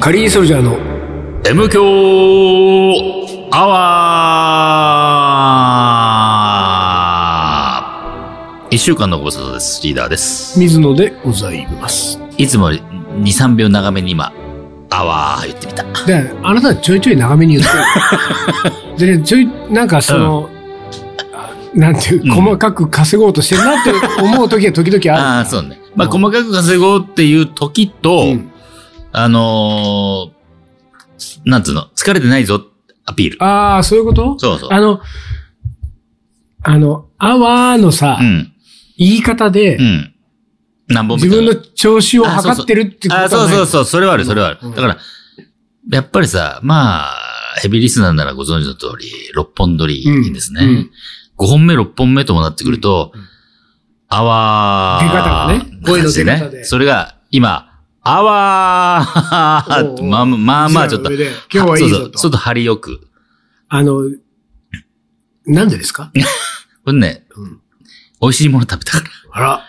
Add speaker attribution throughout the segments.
Speaker 1: カリーソルジャーの
Speaker 2: M 強アワー一週間のご無沙汰です。リーダーです。
Speaker 1: 水野でございます。
Speaker 2: いつもより2、3秒長めに今、アワー言ってみた。
Speaker 1: で、あなたちょいちょい長めに言 ってる。で、ちょい、なんかその、なんていう、
Speaker 2: うん
Speaker 1: 細かく稼ごうとしてるなって思う時は時々あ
Speaker 2: ああー、そうね。まあ、
Speaker 1: うん
Speaker 2: 細かく稼ごうっていう時と、
Speaker 1: る。うん
Speaker 2: あのー、なんつうの、疲れてないぞ、アピール。
Speaker 1: ああ、そういうこと
Speaker 2: そうそう。
Speaker 1: あの、あの、あわーのさ、
Speaker 2: うん。
Speaker 1: 言い方で
Speaker 2: う、ん。何本目
Speaker 1: 自
Speaker 2: か
Speaker 1: 分の調子を測ってるってことは
Speaker 2: あ、
Speaker 1: ない
Speaker 2: そうそうそう、それはある、
Speaker 1: うん
Speaker 2: それはある。
Speaker 1: うん
Speaker 2: だから、やっぱりさ、まあ、ヘビーリスナーならご存知の通り、6本撮りですね。
Speaker 1: うんうん
Speaker 2: 5本目、6本目ともなってくると、
Speaker 1: うん
Speaker 2: あわー。
Speaker 1: 出方がね声の出方で
Speaker 2: なんすねそれが、今、あわー
Speaker 1: おうおう
Speaker 2: まあまあまあ、ちょっと。
Speaker 1: 今日はいい
Speaker 2: そうそ
Speaker 1: ぞ
Speaker 2: うちょっ
Speaker 1: と。
Speaker 2: と張りよく。
Speaker 1: あの、なんでですか
Speaker 2: これね、
Speaker 1: うん
Speaker 2: 美味しいもの食べたから。
Speaker 1: あら、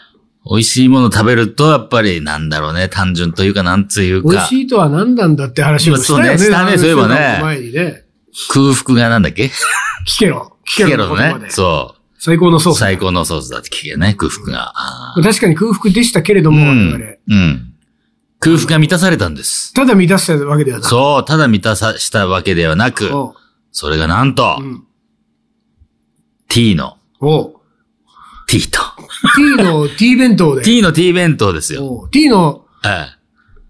Speaker 2: 美味しいもの食べると、やっぱり、なんだろうね、単純というか、なんつうか。
Speaker 1: 美味しいとは何なんだって話をしたよね。
Speaker 2: まあそうねしたねそういえばね
Speaker 1: あの前にね、
Speaker 2: 空腹がなんだっけ
Speaker 1: 聞けろ。聞
Speaker 2: 聞
Speaker 1: け
Speaker 2: け
Speaker 1: ろの
Speaker 2: ろ
Speaker 1: 言葉で。
Speaker 2: ね。そ
Speaker 1: 最高のソー
Speaker 2: う。
Speaker 1: ス。
Speaker 2: 最高のソースだって聞けね、空腹が。あー
Speaker 1: 確かに空腹でしたけれど
Speaker 2: う
Speaker 1: も、我々
Speaker 2: ん。うん。空腹が満たされたんです。
Speaker 1: ただ満たしたわけではなく。
Speaker 2: そう、ただ満たさしたわけではなく、
Speaker 1: おう
Speaker 2: それがなんと
Speaker 1: う、ん。
Speaker 2: T の、
Speaker 1: おう
Speaker 2: T と。
Speaker 1: T の T 弁当で。
Speaker 2: T の T 弁当ですよ。
Speaker 1: おう T の、
Speaker 2: え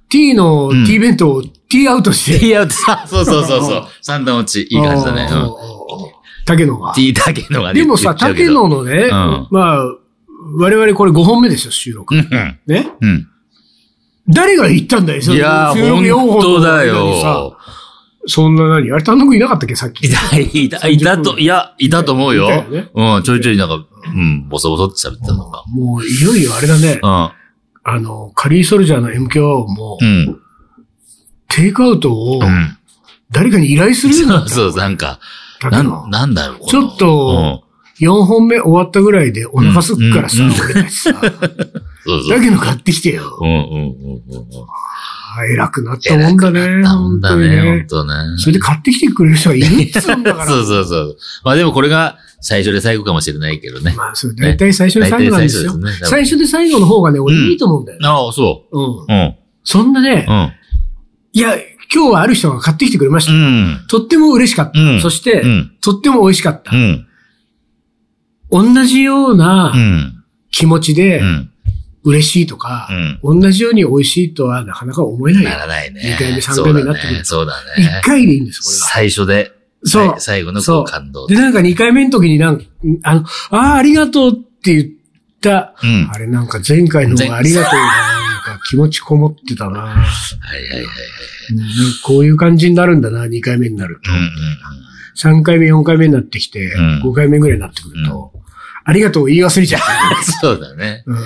Speaker 1: T の
Speaker 2: うん
Speaker 1: T 弁当を T アウト
Speaker 2: え
Speaker 1: して。
Speaker 2: T アウト、あそうそうそうそうう。三段落ち、いい感じだね。う
Speaker 1: おうお
Speaker 2: ん
Speaker 1: うおうおう竹野が。
Speaker 2: T だけのがね。
Speaker 1: でもさ、
Speaker 2: 言っちゃうけ
Speaker 1: 竹
Speaker 2: ど
Speaker 1: 野のね、
Speaker 2: ん
Speaker 1: まあ、我々これ5本目ですよ、収録。
Speaker 2: うん
Speaker 1: ね。
Speaker 2: うん。
Speaker 1: 誰が言ったんだよ、
Speaker 2: うん。いや
Speaker 1: 収録
Speaker 2: ー、
Speaker 1: 4
Speaker 2: 本当
Speaker 1: 本の
Speaker 2: だ
Speaker 1: 間にさ
Speaker 2: よ。。
Speaker 1: そんな何あれ単独いなかったっけ、さっき
Speaker 2: い。た、いた、いたと、いや、いたと思うよ。
Speaker 1: いたよね
Speaker 2: うん、ちょいちょいなんか、うん、ボソボソって喋ってたのか。
Speaker 1: もう、いよいよあれだね。
Speaker 2: うん。
Speaker 1: あの、カリーソルジャーの MKO も、
Speaker 2: うん。
Speaker 1: テイクアウトを
Speaker 2: うん。
Speaker 1: 誰かに依頼するようにな
Speaker 2: そ
Speaker 1: っ
Speaker 2: う
Speaker 1: た。
Speaker 2: そう、なんか、
Speaker 1: だ
Speaker 2: な
Speaker 1: けど
Speaker 2: ん、なんだろう、この
Speaker 1: ちょっと、4本目終わったぐらいでお腹すくからさ、
Speaker 2: うん
Speaker 1: 俺たちさ、
Speaker 2: うん、そうそ
Speaker 1: だ
Speaker 2: う。
Speaker 1: けど買ってきてよ。
Speaker 2: うん、うん、うん、うん。
Speaker 1: あー偉くなったもんだね。
Speaker 2: な
Speaker 1: 本
Speaker 2: ん
Speaker 1: 当
Speaker 2: だ
Speaker 1: に
Speaker 2: ね、
Speaker 1: ね
Speaker 2: 本当ね。
Speaker 1: それで買ってきてくれる人がいるっつうんだから。
Speaker 2: そうそうそう。まあでもこれが最初で最後かもしれないけどね。
Speaker 1: まあ、そう、大体最初で最後なんですよ。
Speaker 2: 大体最初ですね
Speaker 1: 最初で最後の方がね、俺いいと思うんだよ。
Speaker 2: ああ、そ
Speaker 1: うん。
Speaker 2: う。うん、
Speaker 1: そんなね、
Speaker 2: うん、
Speaker 1: いや、今日はある人が買ってきてくれまし
Speaker 2: う
Speaker 1: た。
Speaker 2: ん、
Speaker 1: とっても嬉しかった。
Speaker 2: うん
Speaker 1: そして、
Speaker 2: うん、
Speaker 1: とっても美味しかった
Speaker 2: う。ん、
Speaker 1: 同じよう
Speaker 2: う、
Speaker 1: なん気持ちで
Speaker 2: う、ん、
Speaker 1: 嬉しいとか、同じように美味しいとはなかなか思えないよ。
Speaker 2: ならないね。
Speaker 1: 二回目三回目になってくる
Speaker 2: そうだね。そう
Speaker 1: 一
Speaker 2: だね
Speaker 1: 回でいいんです、
Speaker 2: 最初で、
Speaker 1: これは。
Speaker 2: 最
Speaker 1: そ
Speaker 2: 最後の
Speaker 1: そ
Speaker 2: こ
Speaker 1: う
Speaker 2: う感動
Speaker 1: う。で、。なんか二回目の時になんあの、ああ、ありがとうって言った、
Speaker 2: うん。
Speaker 1: あれなんか前回の方がありがとうがなんか気持ちこもってたな、
Speaker 2: はいはいはいは
Speaker 1: う
Speaker 2: い。
Speaker 1: んこういう感じになるんだな、二回目になる
Speaker 2: うんうん
Speaker 1: と。三回目、四回目になってきて
Speaker 2: うん、
Speaker 1: 五回目ぐらいになってくると、ありがとう言い忘れちゃう。
Speaker 2: うん。そうだね。
Speaker 1: うん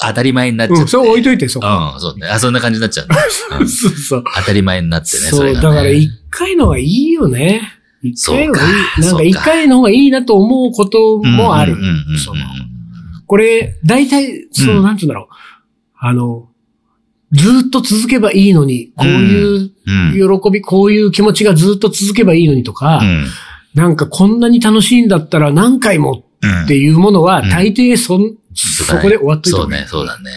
Speaker 2: 当たり前になっちゃ
Speaker 1: う。
Speaker 2: うん
Speaker 1: そう置いといて、そこ。
Speaker 2: うん、そうね。あ、そんな感じになっち ゃうんだ。うん
Speaker 1: そうそう。
Speaker 2: 当たり前になってね、そ
Speaker 1: そう、
Speaker 2: れ
Speaker 1: だ
Speaker 2: が、ね。
Speaker 1: から一回のがいいよね。一回のがいい。な
Speaker 2: そ
Speaker 1: ん
Speaker 2: う
Speaker 1: か
Speaker 2: か
Speaker 1: 一回の方がいいなと思うこともある
Speaker 2: うんうん。うんうんうん
Speaker 1: そのこれ、大体、そうの、
Speaker 2: ん
Speaker 1: なんて言うんだろう。あの、ずっと続けばいいのに、こういう
Speaker 2: うん
Speaker 1: 喜び、こういう気持ちがずっと続けばいいのにとか、
Speaker 2: うん
Speaker 1: なんかこんなに楽しいんだったら何回も
Speaker 2: うん
Speaker 1: っていうものは、
Speaker 2: うん
Speaker 1: 大抵そん、そこで終わっといた方
Speaker 2: そう
Speaker 1: がい
Speaker 2: ね
Speaker 1: い、
Speaker 2: そうだね。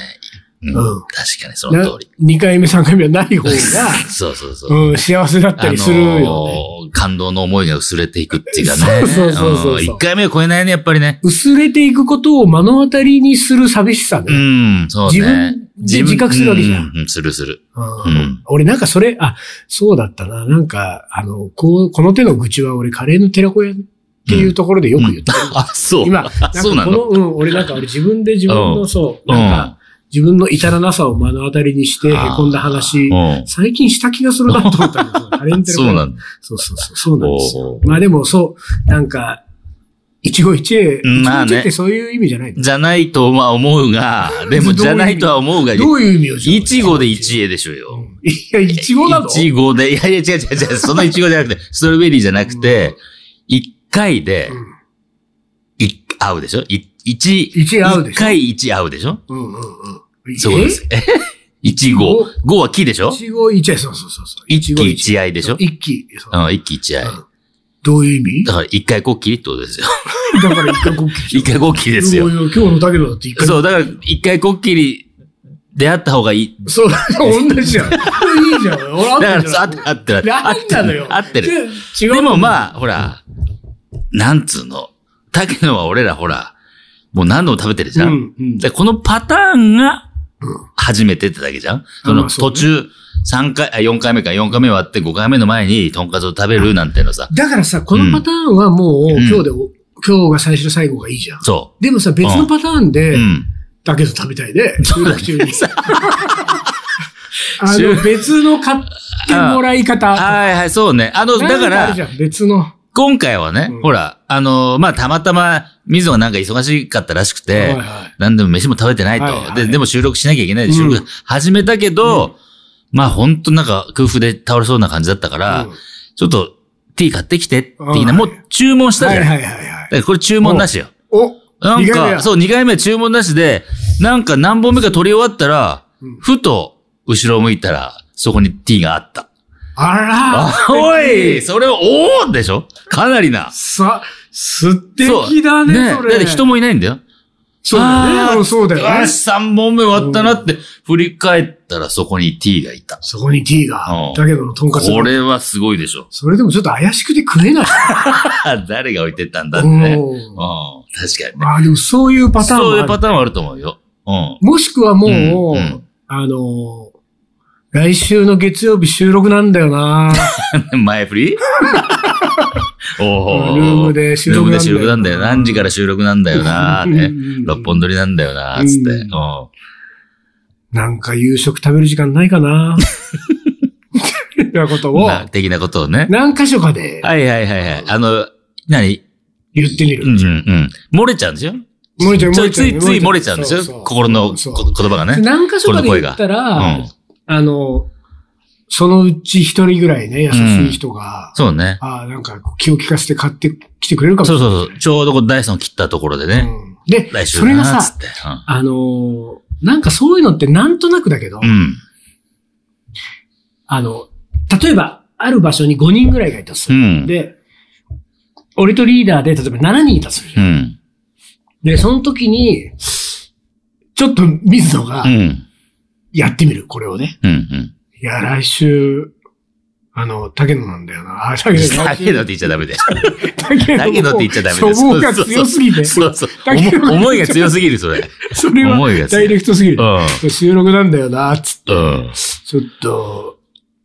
Speaker 2: うん
Speaker 1: うん
Speaker 2: 確かにそ の通り。
Speaker 1: な2回目、3回目はない方が、
Speaker 2: そうそうそう。
Speaker 1: うん、幸せだったりするよね。
Speaker 2: あのー感動の思いが薄れていくっていうか
Speaker 1: そ
Speaker 2: ね。
Speaker 1: うそうそうそうん
Speaker 2: 一回目を超えないね、やっぱりね。
Speaker 1: 薄れていくことを目の当たりにする寂しさ
Speaker 2: う
Speaker 1: ね。
Speaker 2: ん、そう
Speaker 1: 自
Speaker 2: ね
Speaker 1: 分。で自覚するわけじゃん
Speaker 2: うううん、するする。
Speaker 1: うん
Speaker 2: うん
Speaker 1: 俺なんかそれ、あ、そうだったな。なんか、あの、こう、この手の愚痴は俺カレーの寺子屋っていうところでよく言った。
Speaker 2: あ、そう。
Speaker 1: 今、なんか
Speaker 2: そうな
Speaker 1: この、
Speaker 2: の
Speaker 1: うん、俺なんか俺自分で自分
Speaker 2: う
Speaker 1: の、
Speaker 2: ん
Speaker 1: そう、なんか、自分の至らなさを目の当たりにして
Speaker 2: うん
Speaker 1: 凹んだ話、
Speaker 2: うん
Speaker 1: 最近した気がするなと思ったん ですよ。カレーの寺子
Speaker 2: そ
Speaker 1: 屋。
Speaker 2: うなんだ。
Speaker 1: そうそうそう、そうなんです
Speaker 2: おうお
Speaker 1: よ
Speaker 2: う。おう
Speaker 1: まあでもそう、なんか、一期一会、
Speaker 2: うんまあ
Speaker 1: 一期一会
Speaker 2: ね
Speaker 1: ってそういう意味じゃないの
Speaker 2: じゃないとは思 うが、でも、じゃないとは思うが、
Speaker 1: どういう意味を
Speaker 2: いちごで一会でしょうよ。
Speaker 1: いや、いちごなの
Speaker 2: いちごで、いやいや違う違う違う、そのいちごじゃなくて、ストロベリーじゃなくて、一回で
Speaker 1: う、ん
Speaker 2: 一、合うでしょい一、
Speaker 1: 一合うでしょ
Speaker 2: 一回一合うでしょ
Speaker 1: うんうんうん。
Speaker 2: そうです。え 一号。五は木でしょ
Speaker 1: 一期一会、そうそうそうそう。
Speaker 2: 一期一会でしょ
Speaker 1: 一期。そう
Speaker 2: うん、一期一会。
Speaker 1: うんどういう意 味
Speaker 2: だから一回こっきりってことですよ。
Speaker 1: だから一回こっきり。
Speaker 2: 一回こっきりですよ
Speaker 1: い。やいや今日のだけどだって一回。
Speaker 2: そう、だから一回こっきり出会った方がいい。
Speaker 1: そう、 同じじゃん。いいじゃん。俺合っ
Speaker 2: だから
Speaker 1: てるじゃ
Speaker 2: あ
Speaker 1: ん
Speaker 2: 合
Speaker 1: 合
Speaker 2: ってる、合っ
Speaker 1: って
Speaker 2: て
Speaker 1: たの
Speaker 2: る
Speaker 1: よ。
Speaker 2: 合ってる。
Speaker 1: 違う。
Speaker 2: でもまあ、ほら、なんつうの。竹野は俺らほら、もう何度も食べてるじゃ。
Speaker 1: うんん、うん。
Speaker 2: でこのパターンが
Speaker 1: うん
Speaker 2: 初めてってだけじゃんその
Speaker 1: あそう
Speaker 2: 途
Speaker 1: ね
Speaker 2: 中、三回、あ、4回目か、4回目割って5回目の前に、とんかつを食べるなんてのさ。
Speaker 1: だからさ、このパターンはもう、
Speaker 2: うん
Speaker 1: 今日でお、今日が最初で最後がいいじゃん。
Speaker 2: そ
Speaker 1: でもさ、別のパターン
Speaker 2: う。
Speaker 1: で
Speaker 2: う、ん。
Speaker 1: だけど食べたいで、収録中に。 あ
Speaker 2: 収
Speaker 1: の、別の買ってもらい方。
Speaker 2: はいはい、そうね。あの、だ
Speaker 1: な
Speaker 2: か
Speaker 1: んある
Speaker 2: ら
Speaker 1: じ、ゃん別の。
Speaker 2: 今回はね、
Speaker 1: うん
Speaker 2: ほら、あのーまあ、たまたま、水野がなんか忙しかったらしくて、
Speaker 1: はいはい
Speaker 2: 何でも飯も食べてないと。
Speaker 1: はいはい
Speaker 2: で、でも収録しなきゃいけないで、
Speaker 1: うん
Speaker 2: 収録始めたけど、まあ、ほんとなんか空腹で倒れそうな感じだったから、
Speaker 1: うん
Speaker 2: ちょっと、ティー買ってきて、って
Speaker 1: うん
Speaker 2: な、もう注文した
Speaker 1: は
Speaker 2: じ
Speaker 1: い
Speaker 2: ゃん。
Speaker 1: は
Speaker 2: だ
Speaker 1: いはいはい。
Speaker 2: からこれ注文なしよ。
Speaker 1: お
Speaker 2: なん
Speaker 1: 二回目
Speaker 2: か、
Speaker 1: だ
Speaker 2: そう、2回目は注文なしで、なんか何本目か取り終わったら、
Speaker 1: うん
Speaker 2: ふと、後ろを向いたら、そこにティーがあった。
Speaker 1: あ
Speaker 2: あ
Speaker 1: ら
Speaker 2: おい それを、おーでしょかなりな。
Speaker 1: さ、素敵だね、そ
Speaker 2: だっ
Speaker 1: れ。
Speaker 2: て人もいないんだよ。
Speaker 1: そうだ
Speaker 2: あ
Speaker 1: ね
Speaker 2: ー
Speaker 1: うん。そうだ
Speaker 2: よ
Speaker 1: よね。
Speaker 2: し、3本目終わったなって、振り返ったらそこに T がいた。
Speaker 1: そこに T が
Speaker 2: うん、
Speaker 1: だけどのとんかつ。
Speaker 2: これはすごいでしょ。
Speaker 1: それでもちょっと怪しくて食えない。
Speaker 2: 誰が置いてったんだってね。うん、
Speaker 1: うん
Speaker 2: 確かにね。
Speaker 1: まあでもそういうパターンも
Speaker 2: そういう
Speaker 1: ある
Speaker 2: パターンはあると思うよ。うん。
Speaker 1: もしくはもう、
Speaker 2: うんうん
Speaker 1: あのー来週の月曜日収録なんだよな
Speaker 2: 前振り おー
Speaker 1: ルームで収録なんだよ
Speaker 2: ルームで収録なんだよ。何時から収録なんだよなー
Speaker 1: うんうんう
Speaker 2: ね
Speaker 1: ん。
Speaker 2: 六本撮りなんだよなーつって。
Speaker 1: うん
Speaker 2: うん
Speaker 1: なんか夕食食べる時間ないか なみたいなことを、
Speaker 2: な的なことをね。
Speaker 1: 何箇所かで
Speaker 2: はいはいはいはい。あの、何
Speaker 1: 言ってみ
Speaker 2: うん
Speaker 1: る。
Speaker 2: うんうん。漏れちゃうんですよ。
Speaker 1: 漏れちゃう、
Speaker 2: つ
Speaker 1: 漏れ
Speaker 2: い
Speaker 1: ち
Speaker 2: つ
Speaker 1: ゃう。
Speaker 2: いつい漏れちゃうんですよ
Speaker 1: そ。う
Speaker 2: 心のこ
Speaker 1: そう
Speaker 2: 言葉がね。
Speaker 1: 何箇所かで言った
Speaker 2: う
Speaker 1: ら、
Speaker 2: ん。
Speaker 1: あの、そのうち一人ぐらいね、優しい人が、
Speaker 2: そうね。
Speaker 1: ああ、なんかこう気を利かせて買ってきてくれるかもし
Speaker 2: そ
Speaker 1: れ
Speaker 2: う
Speaker 1: ない。
Speaker 2: そうそう。ちょうどこうダイソン切ったところでね。
Speaker 1: うんで、
Speaker 2: 来週
Speaker 1: それ
Speaker 2: だ
Speaker 1: が
Speaker 2: なーつ
Speaker 1: さ
Speaker 2: っ、て。
Speaker 1: あのーなんかそういうのってなんとなくだけど、
Speaker 2: うんうん。
Speaker 1: あの、例えば、ある場所に5人ぐらいがいたとす
Speaker 2: う
Speaker 1: る。
Speaker 2: ん。
Speaker 1: で、俺とリーダーで、例えば7人いたとするじゃ。
Speaker 2: うんん。
Speaker 1: で、その時に、ちょっと水野が
Speaker 2: う、ん。
Speaker 1: やってみる、これをね。
Speaker 2: うん。うん。
Speaker 1: いや、来週、あの、竹野なんだよな。あ、竹野
Speaker 2: だけどって言っちゃダメだよ。
Speaker 1: 竹
Speaker 2: だけどって言っちゃダメだ
Speaker 1: そ
Speaker 2: よ。
Speaker 1: う思うが強すぎて。そ
Speaker 2: そうそう。
Speaker 1: だけど
Speaker 2: 思思いが強すぎる、それ。
Speaker 1: れは、
Speaker 2: 思いが
Speaker 1: ダ
Speaker 2: 強
Speaker 1: イ
Speaker 2: い。
Speaker 1: レクトすぎる
Speaker 2: う。ん。
Speaker 1: 収録なんだよな、つって。
Speaker 2: うん。
Speaker 1: ちょっと、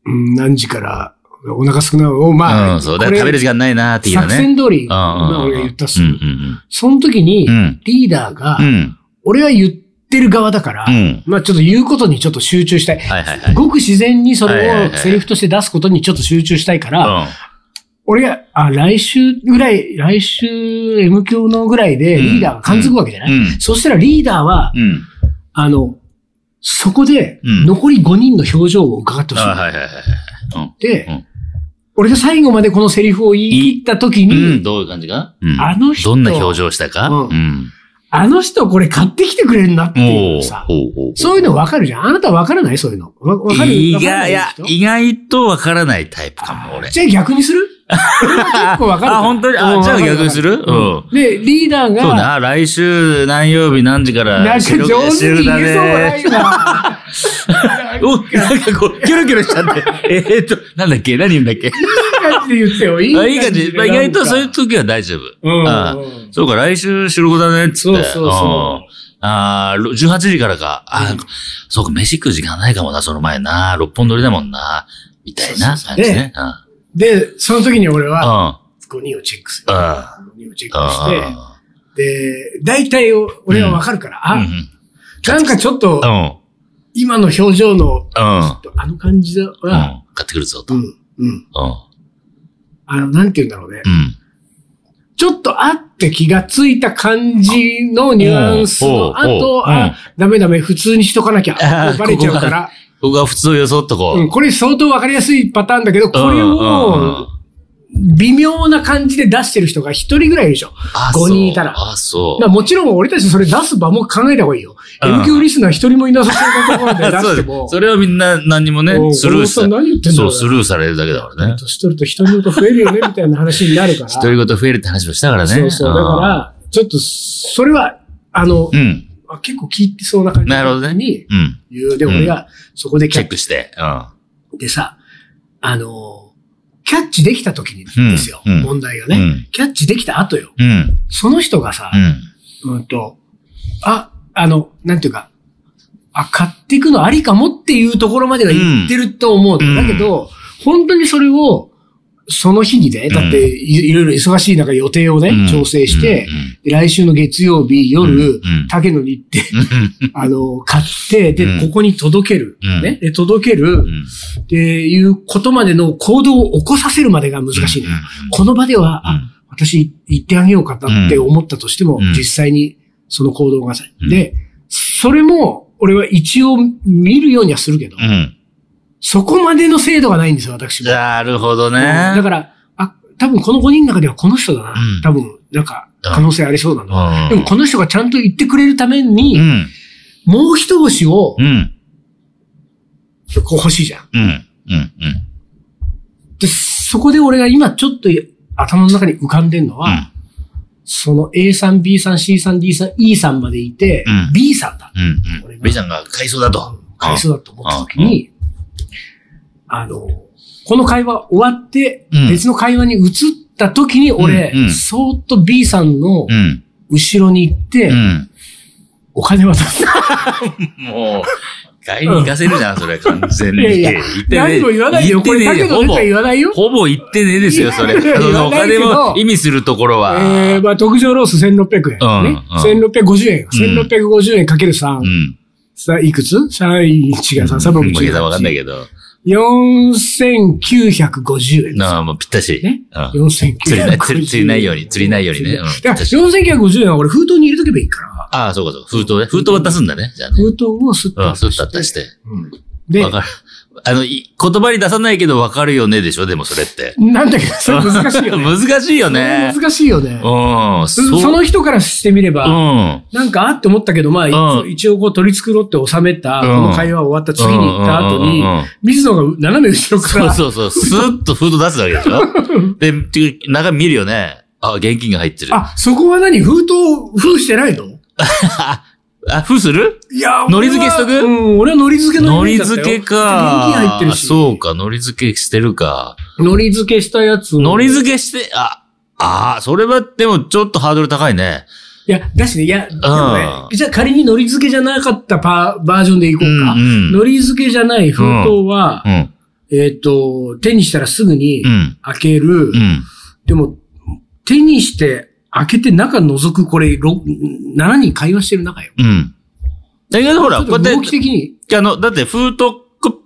Speaker 1: うん何時から、お腹すくなるを、まあ、
Speaker 2: うん、そう。だから
Speaker 1: こ
Speaker 2: 食
Speaker 1: れ
Speaker 2: べる時間ないなーっていうね。
Speaker 1: 作戦通り、
Speaker 2: うんうん
Speaker 1: まあ
Speaker 2: うん。
Speaker 1: 俺が言ったっす
Speaker 2: う
Speaker 1: る、
Speaker 2: ん
Speaker 1: その時に
Speaker 2: うんう、ん。
Speaker 1: リーダーが、
Speaker 2: うん。
Speaker 1: 俺は言ってる側だから、
Speaker 2: うん。
Speaker 1: まあちょっと言うことにちょっと集中したい。
Speaker 2: はいはいはい。
Speaker 1: ごく自然にそ
Speaker 2: はいはい
Speaker 1: れ
Speaker 2: は
Speaker 1: を
Speaker 2: い
Speaker 1: セリフとして出すことにちょっと集中したいから、
Speaker 2: うん
Speaker 1: 俺が、あ、来週ぐらい、来週 M 教のぐらいで
Speaker 2: うん
Speaker 1: リーダーが感づくわけじゃない、
Speaker 2: うん
Speaker 1: そしたらリーダーは、
Speaker 2: うん。
Speaker 1: あの、そこで
Speaker 2: うん
Speaker 1: 残り5人の表情を伺ってほしい。
Speaker 2: あはいはいはいはい。
Speaker 1: で、
Speaker 2: うん
Speaker 1: 俺が最後までこのセリフを言い切った時
Speaker 2: う
Speaker 1: に、
Speaker 2: ん。うん、どういう感じかうん
Speaker 1: あの人
Speaker 2: どんな表情したか
Speaker 1: うん
Speaker 2: うん。
Speaker 1: あの人これ買ってきてくれるなってい
Speaker 2: お
Speaker 1: う
Speaker 2: ー
Speaker 1: さ、
Speaker 2: おうおうおう
Speaker 1: そういうの分かるじゃん。あなた分からないそういうの。わ分かる
Speaker 2: 意
Speaker 1: わからな
Speaker 2: 外、いや
Speaker 1: 人、
Speaker 2: 意外とわからないタイプかも、俺。
Speaker 1: じゃあ逆にす る俺は結構分かるから。
Speaker 2: あ本当にあ
Speaker 1: うん
Speaker 2: じゃあ
Speaker 1: わかるわか
Speaker 2: 逆にするうん
Speaker 1: で、リーダーが、
Speaker 2: そうね、あ来週何曜日何時か
Speaker 1: なん
Speaker 2: ら
Speaker 1: か上手に言えそうもないな。
Speaker 2: お、なんかこう、キョロキョロしちゃって。 えーっと、なんだっけ何言うんだっけ
Speaker 1: いい感じで言ってよ。いい
Speaker 2: あ
Speaker 1: 感じ
Speaker 2: いい感じ。まあ意外とそういう時は大丈夫。
Speaker 1: うん
Speaker 2: あそうか、来週収録だねっつっ
Speaker 1: そうそ
Speaker 2: て。
Speaker 1: うそ
Speaker 2: うんああ、ろ18時からか。あーそうか、飯食う時間ないかもな、その前な。六本撮りだもんな。みたいな
Speaker 1: そうそうそう
Speaker 2: 感じね。うん。
Speaker 1: で、その時に俺は
Speaker 2: うん。
Speaker 1: 5人をチェックする。
Speaker 2: あ
Speaker 1: 5人をチェックし
Speaker 2: あ。
Speaker 1: て、で、大体俺はわかるから、
Speaker 2: うんう
Speaker 1: あ、
Speaker 2: ん。
Speaker 1: なんかちょっと
Speaker 2: うん。うん。
Speaker 1: 今の表情の、
Speaker 2: うん。
Speaker 1: あの感じは、
Speaker 2: 買ってくるぞと。
Speaker 1: う
Speaker 2: うん。
Speaker 1: ん、うん。
Speaker 2: う
Speaker 1: あの、なんて言うんだろうね。
Speaker 2: ん。
Speaker 1: ちょっとあって気がついた感じのニュアンスの
Speaker 2: おうおう
Speaker 1: 後、あ、ダメダメ、普通にしとかなきゃ
Speaker 2: あ、ー
Speaker 1: バレちゃうから。
Speaker 2: 僕は普通を装っとこう。
Speaker 1: うん、これ相当わかりやすいパターンだけど、これ
Speaker 2: うんうんうん
Speaker 1: を、微妙な感じで出してる人が一人ぐらいいるでしょ。
Speaker 2: あ
Speaker 1: 五人いたら
Speaker 2: そうあ、そ
Speaker 1: まあ
Speaker 2: う。
Speaker 1: もちろん俺たちそれ出す場も考えた方がいいよ。
Speaker 2: うん
Speaker 1: M 級リスナー一人もいなさそうなところで出
Speaker 2: そう
Speaker 1: して
Speaker 2: です
Speaker 1: も。
Speaker 2: それをみんな何にもね
Speaker 1: お、う
Speaker 2: スルー
Speaker 1: このおっさん何言ってんだろ
Speaker 2: そうう、スルーされるだけだからね。
Speaker 1: 年取ると一人ごと増えるよね、みたいな話になるから。
Speaker 2: 独り言増えるって話もしたからね。
Speaker 1: そうそう。だから、ちょっと、それは、あの、
Speaker 2: うん。うん。
Speaker 1: あ結構聞いてそうな感じ
Speaker 2: なるほどね
Speaker 1: に
Speaker 2: うん。
Speaker 1: 言う。で、
Speaker 2: うん
Speaker 1: 俺が、そこでキ
Speaker 2: チ
Speaker 1: ャ
Speaker 2: ェッ
Speaker 1: ッ
Speaker 2: クして。う
Speaker 1: チ
Speaker 2: ん。
Speaker 1: でさ、あの、キャッチできた時にですよ、
Speaker 2: うんうん
Speaker 1: 問題が
Speaker 2: う
Speaker 1: ね、
Speaker 2: ん。
Speaker 1: キャッチできた後よ。
Speaker 2: うん。
Speaker 1: その人がさ
Speaker 2: う、ん。
Speaker 1: うんと、あ、あの、なんていうか、あ、買っていくのありかもっていうところまでは言ってると思う
Speaker 2: うん
Speaker 1: の。だけど、本当にそれを、その日にね、だっていいろいろ忙しい中予定をね、調整して、で来週の月曜日
Speaker 2: うん、
Speaker 1: 夜、
Speaker 2: うん
Speaker 1: 竹野に行って、
Speaker 2: うん
Speaker 1: あの、買って、で、
Speaker 2: う
Speaker 1: こ
Speaker 2: ん
Speaker 1: こに届ける。
Speaker 2: うん
Speaker 1: ね。で、届ける
Speaker 2: う。ん
Speaker 1: っていうことまでの行動を起こさせるまでが難しいのよ。この場では、
Speaker 2: うん
Speaker 1: あ、私行ってあげようかなって思ったとしても、
Speaker 2: うん
Speaker 1: 実際にその行動がさ、
Speaker 2: うん
Speaker 1: で、それも、俺は一応見るようにはするけど、
Speaker 2: うん。
Speaker 1: そこまでの精度がないんですよ、私も。
Speaker 2: なるほどね。
Speaker 1: だから、あ、多分この5人の中ではこの人だな。
Speaker 2: うん
Speaker 1: 多分、なんか、可能性ありそうだな。
Speaker 2: うん
Speaker 1: でもこの人がちゃんと言ってくれるために、
Speaker 2: うん。
Speaker 1: もう一押しを
Speaker 2: う、ん。
Speaker 1: こう欲しいじゃん。
Speaker 2: うん。うん。うん。
Speaker 1: で、そこで俺が今ちょっと頭の中に浮かんでんのは、その A さん、B さん、C さん、D さん、E さんまでいて、
Speaker 2: うん
Speaker 1: B さんだ。
Speaker 2: うん。うん。ベイさんが買いそうだと。
Speaker 1: 買いそうだと思った時に、あの、この会話終わって
Speaker 2: うん、
Speaker 1: 別の会話に移った時に俺、
Speaker 2: うんうん
Speaker 1: そーっと B さんの
Speaker 2: うん。
Speaker 1: 後ろに行って、
Speaker 2: うん。
Speaker 1: お金渡 す。
Speaker 2: もう、買いに行かせるじゃん、それ、完全に。
Speaker 1: いやいや
Speaker 2: 言ってねえ
Speaker 1: 何も言わないよ。こ
Speaker 2: 言っ
Speaker 1: れ、
Speaker 2: てねえ
Speaker 1: 竹
Speaker 2: よ
Speaker 1: 野
Speaker 2: ほ
Speaker 1: 出
Speaker 2: ぼ
Speaker 1: た、言わないよ。
Speaker 2: ほぼ言ってねえですよ、それ。
Speaker 1: いやいや
Speaker 2: そのお金
Speaker 1: 言わないけ
Speaker 2: も
Speaker 1: ど
Speaker 2: 意味するところは。
Speaker 1: えー、まあ、特上ロース1600円。ね
Speaker 2: うん
Speaker 1: 1650円。1650円かける3。
Speaker 2: うん。
Speaker 1: さ、いくつ ?3、違う、3、3分
Speaker 2: もう桁わかんない
Speaker 1: 違う。
Speaker 2: けど。
Speaker 1: 4950円です。
Speaker 2: なあ、もうぴったし。
Speaker 1: ね
Speaker 2: うん
Speaker 1: 4950
Speaker 2: 釣りな釣り釣りないように釣りないようにねうん
Speaker 1: だから4950円は俺封筒に入れとけばいいから、
Speaker 2: ああ、そうかそうか。封筒ね。封筒渡すんだね。じゃあね。
Speaker 1: 封筒をスッ
Speaker 2: う
Speaker 1: と
Speaker 2: ん、そう
Speaker 1: 渡
Speaker 2: だ
Speaker 1: し
Speaker 2: った
Speaker 1: て。
Speaker 2: りして。
Speaker 1: うんで
Speaker 2: わ、かる。あの、い言葉に出さないけどわかるよねでしょでもそれって。
Speaker 1: なんだけど、 それ難しいよね。
Speaker 2: 難しいよね。
Speaker 1: 難しいよね。
Speaker 2: うん。
Speaker 1: そうその人からしてみれ
Speaker 2: う
Speaker 1: ば、
Speaker 2: ん。
Speaker 1: なんかあって思ったけど、まあ、
Speaker 2: うん
Speaker 1: 一応こう取り繕って収めた、こ
Speaker 2: うん
Speaker 1: の会話終わった次に行った後に
Speaker 2: うんうんうんうん、
Speaker 1: 水野が斜め後ろか
Speaker 2: そう
Speaker 1: ら、
Speaker 2: そうそう。スーッと封筒出すわけでしょで、っていう中身見るよね。あ、現金が入ってる。
Speaker 1: あ、そこは何封筒、封してないの
Speaker 2: あ、封する
Speaker 1: いや、
Speaker 2: 海苔付けしとく
Speaker 1: 俺はうん、俺は海苔付けの
Speaker 2: 海
Speaker 1: イメージ
Speaker 2: 苔
Speaker 1: だったよ
Speaker 2: 付けか。
Speaker 1: 現金入ってるし。
Speaker 2: そうか、海苔付けしてるか。
Speaker 1: 海苔付けしたやつを。
Speaker 2: 海苔付けして、あ、ああ、それはでもちょっとハードル高いね。
Speaker 1: いや、だしね、いや、でもねじゃあ仮に海苔付けじゃなかったパーバージョンでいこうか。
Speaker 2: うんうん
Speaker 1: 海苔付けじゃない封筒は
Speaker 2: う、ん。
Speaker 1: えっ、と、手にしたらすぐに
Speaker 2: うん。
Speaker 1: 開ける。
Speaker 2: うん。
Speaker 1: でも、手にして開けて中覗く、これ、ろ7人会話してる中よ。
Speaker 2: うん。だけどほら、
Speaker 1: ちょ
Speaker 2: こ
Speaker 1: っ
Speaker 2: うや
Speaker 1: と
Speaker 2: って
Speaker 1: 動き的に、
Speaker 2: あの、だって封筒、こ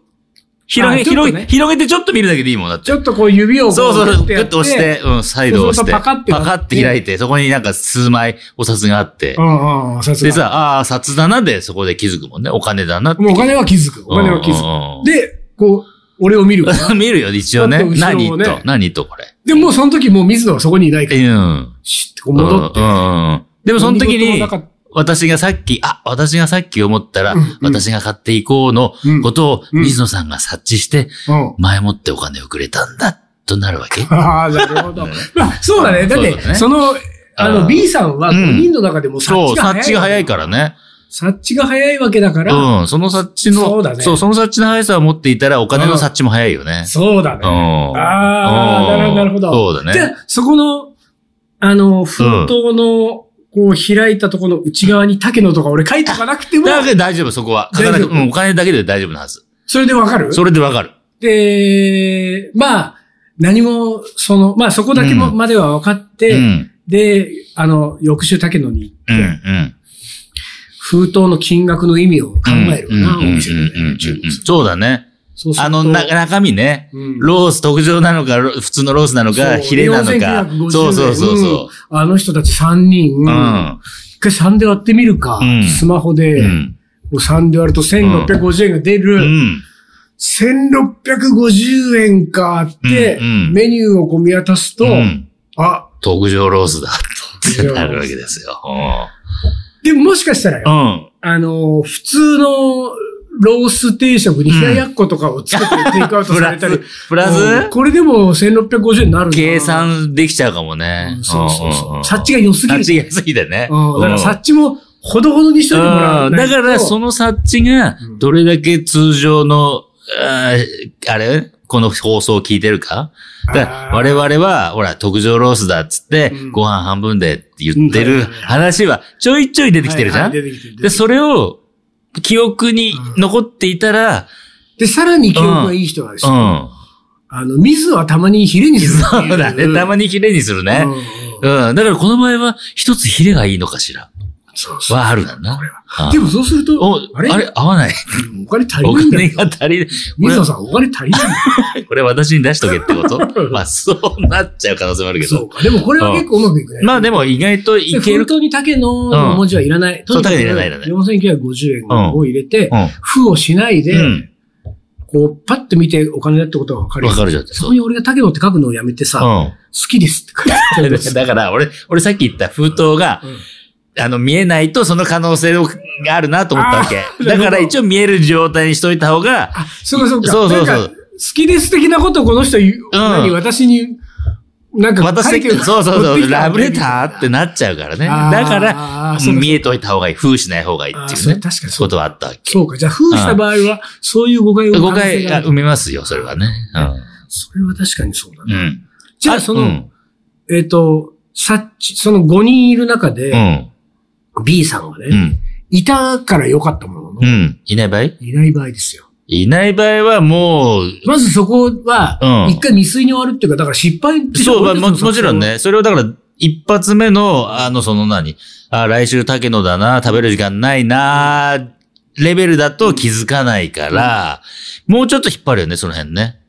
Speaker 2: 広げ、
Speaker 1: あちょっと
Speaker 2: 広
Speaker 1: ね
Speaker 2: げ、広げてちょっと見るだけでいいもんだって。
Speaker 1: ちょっとこう指をこ
Speaker 2: そうそうそう、グ
Speaker 1: や
Speaker 2: ッと押し。て、うん、サイドを押して、
Speaker 1: そうするとパカッてなって
Speaker 2: て開いて、そこになんか数枚お札があって
Speaker 1: う、んうん、さす
Speaker 2: で
Speaker 1: が。
Speaker 2: さ、ああ、札だなでそこで気づくもんね。お金だなって。
Speaker 1: もうお金は気づく。お金は気づく。
Speaker 2: づ
Speaker 1: で、こう、俺を見 るから。
Speaker 2: く。見るよ、一応ね。
Speaker 1: ちょっと後ろ
Speaker 2: 何
Speaker 1: をね
Speaker 2: と、何とこれ。
Speaker 1: で、もうその時もう水野はそこにいないから、
Speaker 2: うん。
Speaker 1: シュッてこう戻って。
Speaker 2: うんうんうんでもその時
Speaker 1: 何事も
Speaker 2: に
Speaker 1: な、かっ
Speaker 2: 私がさっき、あ、私がさっき思ったら、
Speaker 1: うんうん
Speaker 2: 私が買っていこうのことを、
Speaker 1: うん
Speaker 2: 水野さんが察知して、
Speaker 1: たうん。
Speaker 2: 前もってお金をくれたんだ、となるわけ。
Speaker 1: ああ、なるほど。まあ、そうだね。だっ
Speaker 2: そうだね
Speaker 1: て、その、あ
Speaker 2: うん
Speaker 1: の、B さんは
Speaker 2: うん
Speaker 1: 5人の中でも
Speaker 2: そう、
Speaker 1: 察知が早い。
Speaker 2: 察知が早いからね。
Speaker 1: 察知が早いわけだから、
Speaker 2: うん、その察知の、
Speaker 1: そうだね
Speaker 2: その察知の速さを持っていたら、お金の察知も早いよね。
Speaker 1: そうだ
Speaker 2: うん。
Speaker 1: ね。あ
Speaker 2: う
Speaker 1: あ、なる
Speaker 2: ん
Speaker 1: ほど、なるほど。
Speaker 2: そうだ
Speaker 1: じゃ
Speaker 2: ね。
Speaker 1: あ、そこの、あの、封筒の、こう、開いたところの内側に竹野とか俺書いとかなくても、
Speaker 2: だけど大丈夫、そこは。書かな
Speaker 1: 大
Speaker 2: く
Speaker 1: 丈夫
Speaker 2: うん、お金だけで大丈夫なはず。
Speaker 1: それでわかる
Speaker 2: それでわかる。
Speaker 1: で、まあ、何も、その、まあそこだけも
Speaker 2: うん
Speaker 1: までは分かっ
Speaker 2: うん。
Speaker 1: て、
Speaker 2: うん、
Speaker 1: で、あの、翌週竹野に行って、
Speaker 2: うん。
Speaker 1: 封筒の金額の意味を考えるかな、
Speaker 2: うんうん
Speaker 1: お店でね
Speaker 2: うんうんうん
Speaker 1: 注文する
Speaker 2: そうだね。
Speaker 1: そうする
Speaker 2: あ
Speaker 1: と
Speaker 2: の、な、中身ね。
Speaker 1: うん
Speaker 2: ロース特上なのか、ロ普通のロースなのか、
Speaker 1: そう
Speaker 2: ヒレなのか。
Speaker 1: 4950
Speaker 2: そうそうそうそ
Speaker 1: うんあの人たち3人、
Speaker 2: う。
Speaker 1: 一
Speaker 2: うん。
Speaker 1: 回3で割ってみるか、
Speaker 2: うん
Speaker 1: スマホで、
Speaker 2: う
Speaker 1: も
Speaker 2: ん。
Speaker 1: う3で割ると1650円が出る、
Speaker 2: うん。
Speaker 1: 1650円かって、
Speaker 2: うんうん
Speaker 1: メニューをこう見渡すと、
Speaker 2: うん
Speaker 1: あ、
Speaker 2: 特上ロースだ、とってなるわけですよ。
Speaker 1: でももしかしたらよ
Speaker 2: う、ん。
Speaker 1: あの、普通のロース定食に冷ややっことかをつけてテイクアウトさ
Speaker 2: プ
Speaker 1: れ
Speaker 2: ラ
Speaker 1: たり
Speaker 2: ス、、プラ
Speaker 1: うん
Speaker 2: ス
Speaker 1: これでも1650円になるな
Speaker 2: 計算できちゃうかもね
Speaker 1: うん。そうそうそう。
Speaker 2: ん
Speaker 1: 察知が良すぎる。
Speaker 2: 察知が良すぎてね。
Speaker 1: うんだから
Speaker 2: うん
Speaker 1: 察知もほどほどにしといてもら
Speaker 2: う
Speaker 1: うん
Speaker 2: だから、そ
Speaker 1: の、
Speaker 2: の察知が
Speaker 1: うん、
Speaker 2: どれだけ通常の、あーあれこの放送を聞いてるかだから
Speaker 1: あー
Speaker 2: 我々は、ほら、特上ロースだっつって
Speaker 1: うん、
Speaker 2: ご飯半分でって言ってる
Speaker 1: うん
Speaker 2: 話は、ちょいちょい出てきてるじゃ
Speaker 1: はい
Speaker 2: ん
Speaker 1: はい出てきてる出てきてる
Speaker 2: で、それを、記憶に残っていたら、
Speaker 1: で、さらに記憶がいい人はです
Speaker 2: う
Speaker 1: ね、
Speaker 2: ん。
Speaker 1: あの、水はたまにヒレにするってい。
Speaker 2: そうだね。たまにヒレにするね
Speaker 1: うん。うん
Speaker 2: うん。だから、この場合は、一つヒレがいいのかしら。
Speaker 1: そうそう
Speaker 2: はあるだな
Speaker 1: これは。
Speaker 2: うん
Speaker 1: でもそうすると、
Speaker 2: お、
Speaker 1: あれ
Speaker 2: あれ合わない。
Speaker 1: お金足り
Speaker 2: お
Speaker 1: ないんだ
Speaker 2: 金
Speaker 1: けど
Speaker 2: が。足りない。
Speaker 1: 水野さん、お金足りないんだ
Speaker 2: これ私に出しとけってこと まあ、そうなっちゃう可能性もある
Speaker 1: け
Speaker 2: け
Speaker 1: ど。そう
Speaker 2: ど。
Speaker 1: か。でもこれは結構うまくいくね。
Speaker 2: まあでも意外とい
Speaker 1: で
Speaker 2: け
Speaker 1: 封
Speaker 2: る。
Speaker 1: 筒に竹のの文字はいらない。
Speaker 2: そう
Speaker 1: とにかく
Speaker 2: 竹いらないいらない
Speaker 1: 4950円を入れて
Speaker 2: う、ん。
Speaker 1: 封をしないで、
Speaker 2: うん。
Speaker 1: こう、パッと見てお金だってことがわかる。
Speaker 2: わかるじゃん。
Speaker 1: そこに俺が竹野って書くのをやめてさ、好
Speaker 2: う
Speaker 1: きですって書いて
Speaker 2: ん。だから、俺、俺さっき言った封筒が、あの、見えないとその可能性があるなと思ったわけ。だから一応見える状態にしといた方が、
Speaker 1: あ、そうかそうか。
Speaker 2: そうそうそう
Speaker 1: なんか好きです的なことをこの人言う、何私に、なんか
Speaker 2: 私
Speaker 1: 書いて
Speaker 2: 的
Speaker 1: る、
Speaker 2: に、そうそう
Speaker 1: 持
Speaker 2: そ
Speaker 1: って
Speaker 2: う、
Speaker 1: きた
Speaker 2: ラブレターってなっちゃうからね。
Speaker 1: あー
Speaker 2: だか
Speaker 1: あ
Speaker 2: ら、
Speaker 1: ーそうかそうか
Speaker 2: 見えといた方がいい。封しない方がいい
Speaker 1: あ
Speaker 2: っ
Speaker 1: ー
Speaker 2: ていう
Speaker 1: それ
Speaker 2: ね
Speaker 1: 確。かにそう
Speaker 2: ことはあったわけ。
Speaker 1: そうか。じゃあ、封した場合は、そういう誤解を
Speaker 2: 誤
Speaker 1: 可能性
Speaker 2: 解
Speaker 1: があ
Speaker 2: が
Speaker 1: る
Speaker 2: 埋めますよ、それはね。
Speaker 1: それは確かにそうだ
Speaker 2: うん。う
Speaker 1: ね。
Speaker 2: ん。
Speaker 1: じゃあ、その、
Speaker 2: うん
Speaker 1: えっ、と、さっち、その5人いる中
Speaker 2: う
Speaker 1: で、
Speaker 2: ん。
Speaker 1: B さんはね、
Speaker 2: うん。
Speaker 1: いたから良かったものの、
Speaker 2: うん。いない場合
Speaker 1: いない場合ですよ。
Speaker 2: いない場合はもう、
Speaker 1: まずそこは
Speaker 2: う、ん
Speaker 1: 一回未遂に終わるっていうか、だから失敗って
Speaker 2: そう、まあも、もちろん。ね。それをだから、一発目の、あの、その何、あ、来週竹野だな、食べる時間ないな、レベルだと気づかないから、もうちょっと引っ張るよね、その辺ね。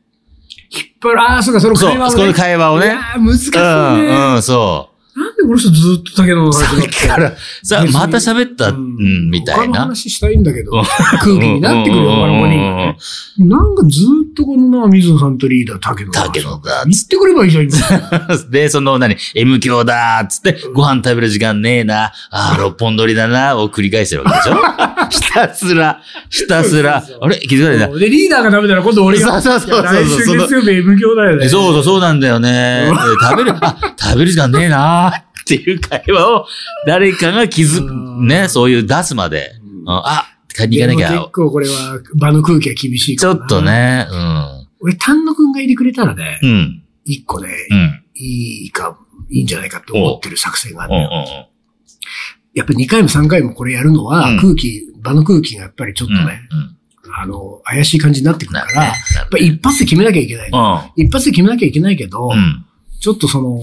Speaker 1: 俺ああー、そうか、その
Speaker 2: そう、
Speaker 1: 会話を、
Speaker 2: そ
Speaker 1: ね。
Speaker 2: この会話を
Speaker 1: い
Speaker 2: ね
Speaker 1: や。ー難しいね。
Speaker 2: うん、うん、そう。
Speaker 1: なんでこの人ずっと竹野の話になって
Speaker 2: だから、さあ、
Speaker 1: 別に
Speaker 2: また喋った、うん、みた
Speaker 1: 他
Speaker 2: い
Speaker 1: の
Speaker 2: な。
Speaker 1: 話したいんだけど、
Speaker 2: うん
Speaker 1: 空気になってくるよ、他の5人がね。なんかずっとこのな、水野さんとリーダー竹野の話。
Speaker 2: 竹野だ
Speaker 1: 言ってくればいいじゃん、今。
Speaker 2: で、その何、M 教だーっつって、ご飯食べる時間ねえな、ああ、六本取りだな、を繰り返してるわけでしょ ひたすら、ひたすら
Speaker 1: そうそう、そ
Speaker 2: あれ気づかないな。
Speaker 1: で、リーダーがダメなら今度俺が。
Speaker 2: そうそうそうそう
Speaker 1: いや来週月曜日 M 教だよね。
Speaker 2: えそうそう、そうなんだよね。 え食べる、あ、食べる時間ねえなーっていう会話を、誰かが気づ
Speaker 1: う
Speaker 2: く、
Speaker 1: ん
Speaker 2: ね、そういう出すまで。うんあ、買いに行かなき
Speaker 1: でも
Speaker 2: ゃ
Speaker 1: 結。構これは場の空気が厳しい
Speaker 2: ち
Speaker 1: か
Speaker 2: ょ
Speaker 1: らな
Speaker 2: っと。ね、うん。
Speaker 1: 俺、丹野くんがいてくれたらね
Speaker 2: う、ん。
Speaker 1: 一個ね、
Speaker 2: うん。
Speaker 1: いいか、いいんじゃないかって思ってる作戦があっ
Speaker 2: うん。う
Speaker 1: て。
Speaker 2: ん
Speaker 1: やっぱり2回も3回もこれやるのは
Speaker 2: うん、
Speaker 1: 空気、場の空気がやっぱりちょっ
Speaker 2: う
Speaker 1: と
Speaker 2: ん。
Speaker 1: ね、
Speaker 2: うん。
Speaker 1: あの、怪しい感じになってくる
Speaker 2: な
Speaker 1: か
Speaker 2: る
Speaker 1: ら、や
Speaker 2: ね
Speaker 1: っ。ぱ一発で決めなきゃいけない。
Speaker 2: う
Speaker 1: 一発で決めなきゃいけないけど
Speaker 2: ん。う、ん。
Speaker 1: ちょっとその、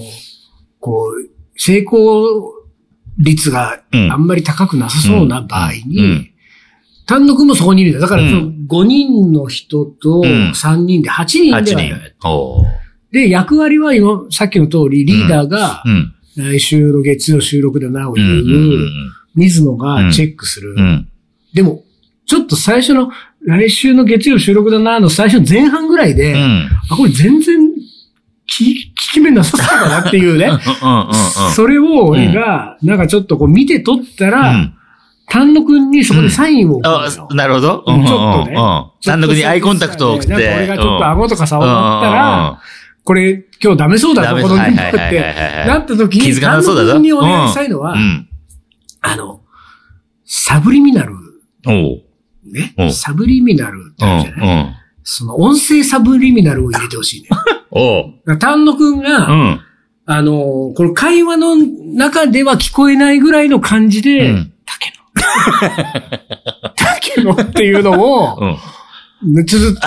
Speaker 1: こう、成功率が
Speaker 2: うん
Speaker 1: あんまり高くなさそうな場合
Speaker 2: うんう
Speaker 1: に
Speaker 2: ん、
Speaker 1: 単独もそこにいるんだよ。だから、
Speaker 2: うん
Speaker 1: その5人の人と
Speaker 2: ん
Speaker 1: 3人で8人で
Speaker 2: 8
Speaker 1: は
Speaker 2: 人
Speaker 1: ない。。
Speaker 2: おー
Speaker 1: で、役割は今、さっきの通り、リーダーが
Speaker 2: う、ん。
Speaker 1: 来週の月曜収録だな、を
Speaker 2: うん。うんう
Speaker 1: 言う、
Speaker 2: ん
Speaker 1: 水野がチェックする
Speaker 2: う。ん。
Speaker 1: でも、ちょっと最初の、来週の月曜収録だな、の最初の前半ぐらい
Speaker 2: うん。
Speaker 1: で、
Speaker 2: うん。う
Speaker 1: あ、
Speaker 2: ん。
Speaker 1: これ全然、き、効き目なさそうだなっていうね。
Speaker 2: うん。うん。
Speaker 1: それを俺が、なんかちょっとこう見て取った
Speaker 2: う
Speaker 1: ら、
Speaker 2: ん
Speaker 1: 丹野くんにそこでサインを送るの
Speaker 2: あ
Speaker 1: よ、
Speaker 2: なるほど。
Speaker 1: うんちょっとね
Speaker 2: うんうん単独にアイコンタクトを送って。
Speaker 1: なんか俺がちょっと顎とか触った
Speaker 2: うんうんうん
Speaker 1: ら、これ今日ダメそうだ
Speaker 2: ダ
Speaker 1: ぞ、
Speaker 2: メ
Speaker 1: この
Speaker 2: はい
Speaker 1: 人
Speaker 2: はい
Speaker 1: っ
Speaker 2: はいはい
Speaker 1: て、
Speaker 2: はい
Speaker 1: なった時
Speaker 2: 気
Speaker 1: に、
Speaker 2: づかな
Speaker 1: 丹
Speaker 2: そうだ
Speaker 1: 野
Speaker 2: ぞ
Speaker 1: くんにお願いしたいのは
Speaker 2: う、ん。
Speaker 1: あの、サブリミナル、
Speaker 2: おう。
Speaker 1: ね
Speaker 2: う、ん
Speaker 1: サブリミナルって
Speaker 2: う
Speaker 1: あるじゃない
Speaker 2: ん。うん。
Speaker 1: その音声サブリミナルを入れてほしいね。 だか
Speaker 2: おう。
Speaker 1: ら丹野くんが、
Speaker 2: うん。
Speaker 1: あのー、この会話の中では聞こえないぐらいの感じで、
Speaker 2: うん
Speaker 1: 竹野。竹野っていうのを、
Speaker 2: うん
Speaker 1: ちょっと、